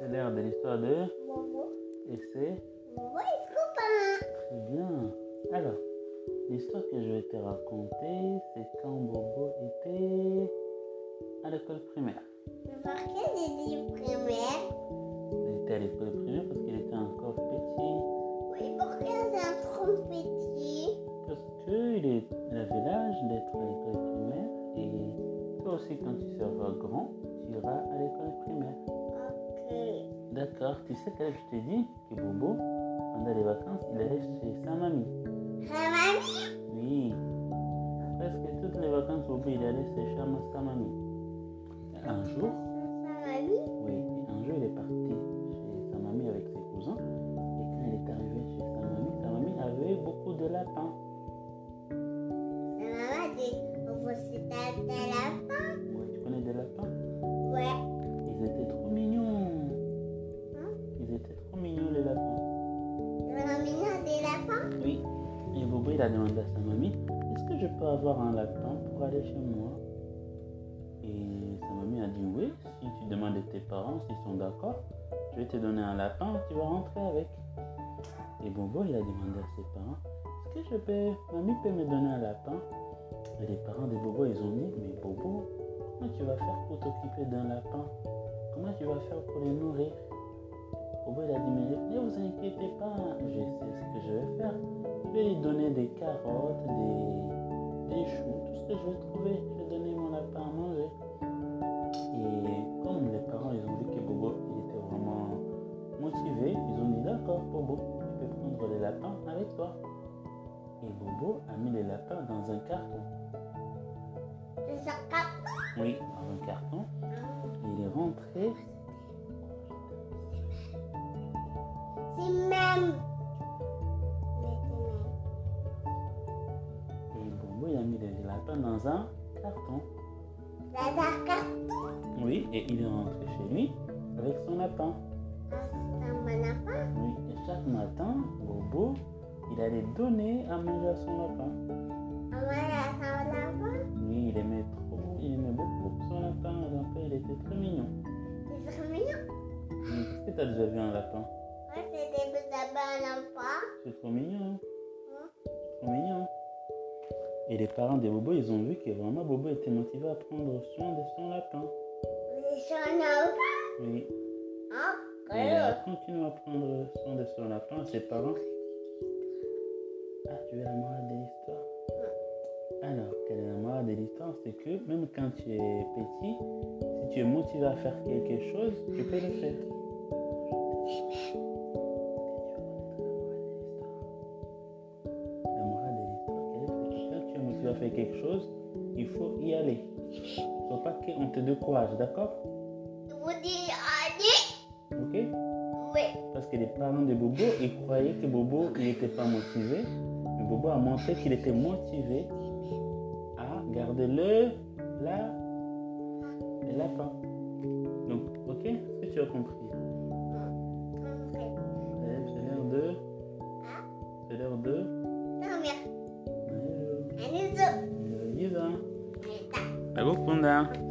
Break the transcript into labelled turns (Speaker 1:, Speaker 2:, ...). Speaker 1: de l'histoire de
Speaker 2: Momo,
Speaker 1: Et c'est
Speaker 2: Momo et ce copain.
Speaker 1: très bien. Alors, l'histoire que je vais te raconter, c'est quand Bobo était à l'école primaire.
Speaker 2: Le parquet des livres primaires.
Speaker 1: Il était à l'école primaire parce qu'il était encore petit.
Speaker 2: Oui, pourquoi c'est un trompetti
Speaker 1: Parce qu'il est- il avait l'âge d'être à l'école primaire. Et toi aussi, quand tu seras grand, tu iras à l'école primaire.
Speaker 2: Ok.
Speaker 1: D'accord, tu sais quand je t'ai dit que Bobo, pendant les vacances, il allait chez sa mamie.
Speaker 2: Sa mamie
Speaker 1: Oui, presque toutes les vacances, Bobo, il allait chez sa ma- sa mamie. Un jour,
Speaker 2: Sa mamie
Speaker 1: oui, un jour, il est parti chez sa mamie avec ses cousins. Et quand il est arrivé chez sa mamie, sa mamie avait beaucoup de lapins.
Speaker 2: Sa maman a dit, on va se taper là.
Speaker 1: Ouais, tu connais des lapins
Speaker 2: Ouais.
Speaker 1: Ils étaient trop mignons.
Speaker 2: Hein
Speaker 1: Ils étaient trop mignons, les lapins.
Speaker 2: La mamie a des lapins.
Speaker 1: Oui. Et Bobo, il a demandé à sa mamie, est-ce que je peux avoir un lapin pour aller chez moi Et sa mamie a dit, oui, si tu demandes à tes parents s'ils sont d'accord, je vais te donner un lapin, tu vas rentrer avec. Et Bobo, il a demandé à ses parents, est-ce que je peux, mamie peut me donner un lapin Et les parents de Bobo, ils ont dit, mais Bobo, comment tu vas faire pour t'occuper d'un lapin Comment tu vas faire pour le nourrir Bobo, il a dit, mais ne vous inquiétez pas, je sais ce que je vais faire. Je vais lui donner des carottes, des, des choux, tout ce que je vais trouver. Je vais donner mon lapin à manger. Et comme les parents, ils ont vu que Bobo, il était vraiment motivé, ils ont dit, d'accord, Bobo, tu peux prendre les lapins avec toi. Et Bobo a mis les lapins dans un carton.
Speaker 2: C'est sa cape.
Speaker 1: Oui, dans un carton. Il est rentré.
Speaker 2: C'est même. Mais c'est même.
Speaker 1: Et Bobo, il a mis les lapins dans un carton.
Speaker 2: La darka.
Speaker 1: Oui, et il est rentré chez lui avec son lapin.
Speaker 2: Ah, c'est un bon lapin.
Speaker 1: Oui, et chaque matin, Bobo, il allait donner à manger à son lapin.
Speaker 2: Ah, voilà, c'est un bon lapin.
Speaker 1: Oui, il aimait trop, il aimait beaucoup, beaucoup son lapin. Le lapin, il était très mignon.
Speaker 2: C'est très mignon.
Speaker 1: Mais Qu'est-ce que t'as déjà vu un lapin
Speaker 2: Ouais, c'est des petits lapins lapins.
Speaker 1: C'est trop mignon. hein C'est trop mignon. Et les parents de Bobo, ils ont vu que vraiment Bobo était motivé à prendre soin de son lapin.
Speaker 2: Mais c'est un lapin.
Speaker 1: Oui.
Speaker 2: Hein
Speaker 1: Et il a continué à prendre soin de son lapin, ses parents. Ah, tu veux la morale de l'histoire Alors, quelle est la morale de l'histoire C'est que même quand tu es petit, si tu es motivé à faire quelque chose, tu peux le faire. La morale de l'histoire, quelle est C'est que quand tu es motivé à faire quelque chose, il faut y aller. Il ne faut pas qu'on te décourage, d'accord
Speaker 2: Je vous dis allez.
Speaker 1: Ok
Speaker 2: Oui.
Speaker 1: parce que les parents de Bobo, ils croyaient que Bobo n'était pas motivé. Mais Bobo a montré qu'il était motivé à garder le, la, le lapin. Donc, ok Est-ce que tu as compris
Speaker 2: Hmm, Compris.
Speaker 1: Allez, C'est l'heure de... C'est l'heure de...
Speaker 2: Non, mais
Speaker 1: Allez,
Speaker 2: allez-y.
Speaker 1: euh, y va.
Speaker 2: Mais ça,
Speaker 1: Allô, Panda
Speaker 2: on